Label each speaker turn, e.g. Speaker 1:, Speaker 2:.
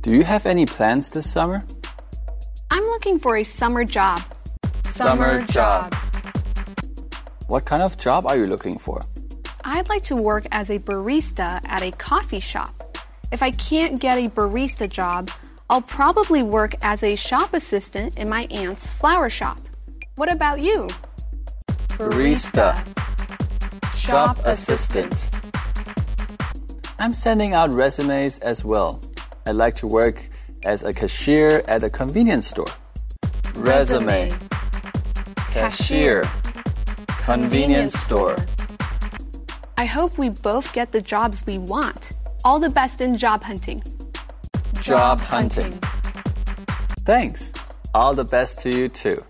Speaker 1: Do you have any plans this summer?
Speaker 2: I'm looking for a summer job.
Speaker 1: Summer job. What kind of job are you looking for?
Speaker 2: I'd like to work as a barista at a coffee shop. If I can't get a barista job, I'll probably work as a shop assistant in my aunt's flower shop. What about you?
Speaker 1: Barista. Shop assistant. I'm sending out resumes as well. I'd like to work as a cashier at a convenience store. Resume. Cashier. Convenience store.
Speaker 2: I hope we both get the jobs we want. All the best in job hunting.
Speaker 1: Job hunting. Thanks. All the best to you too.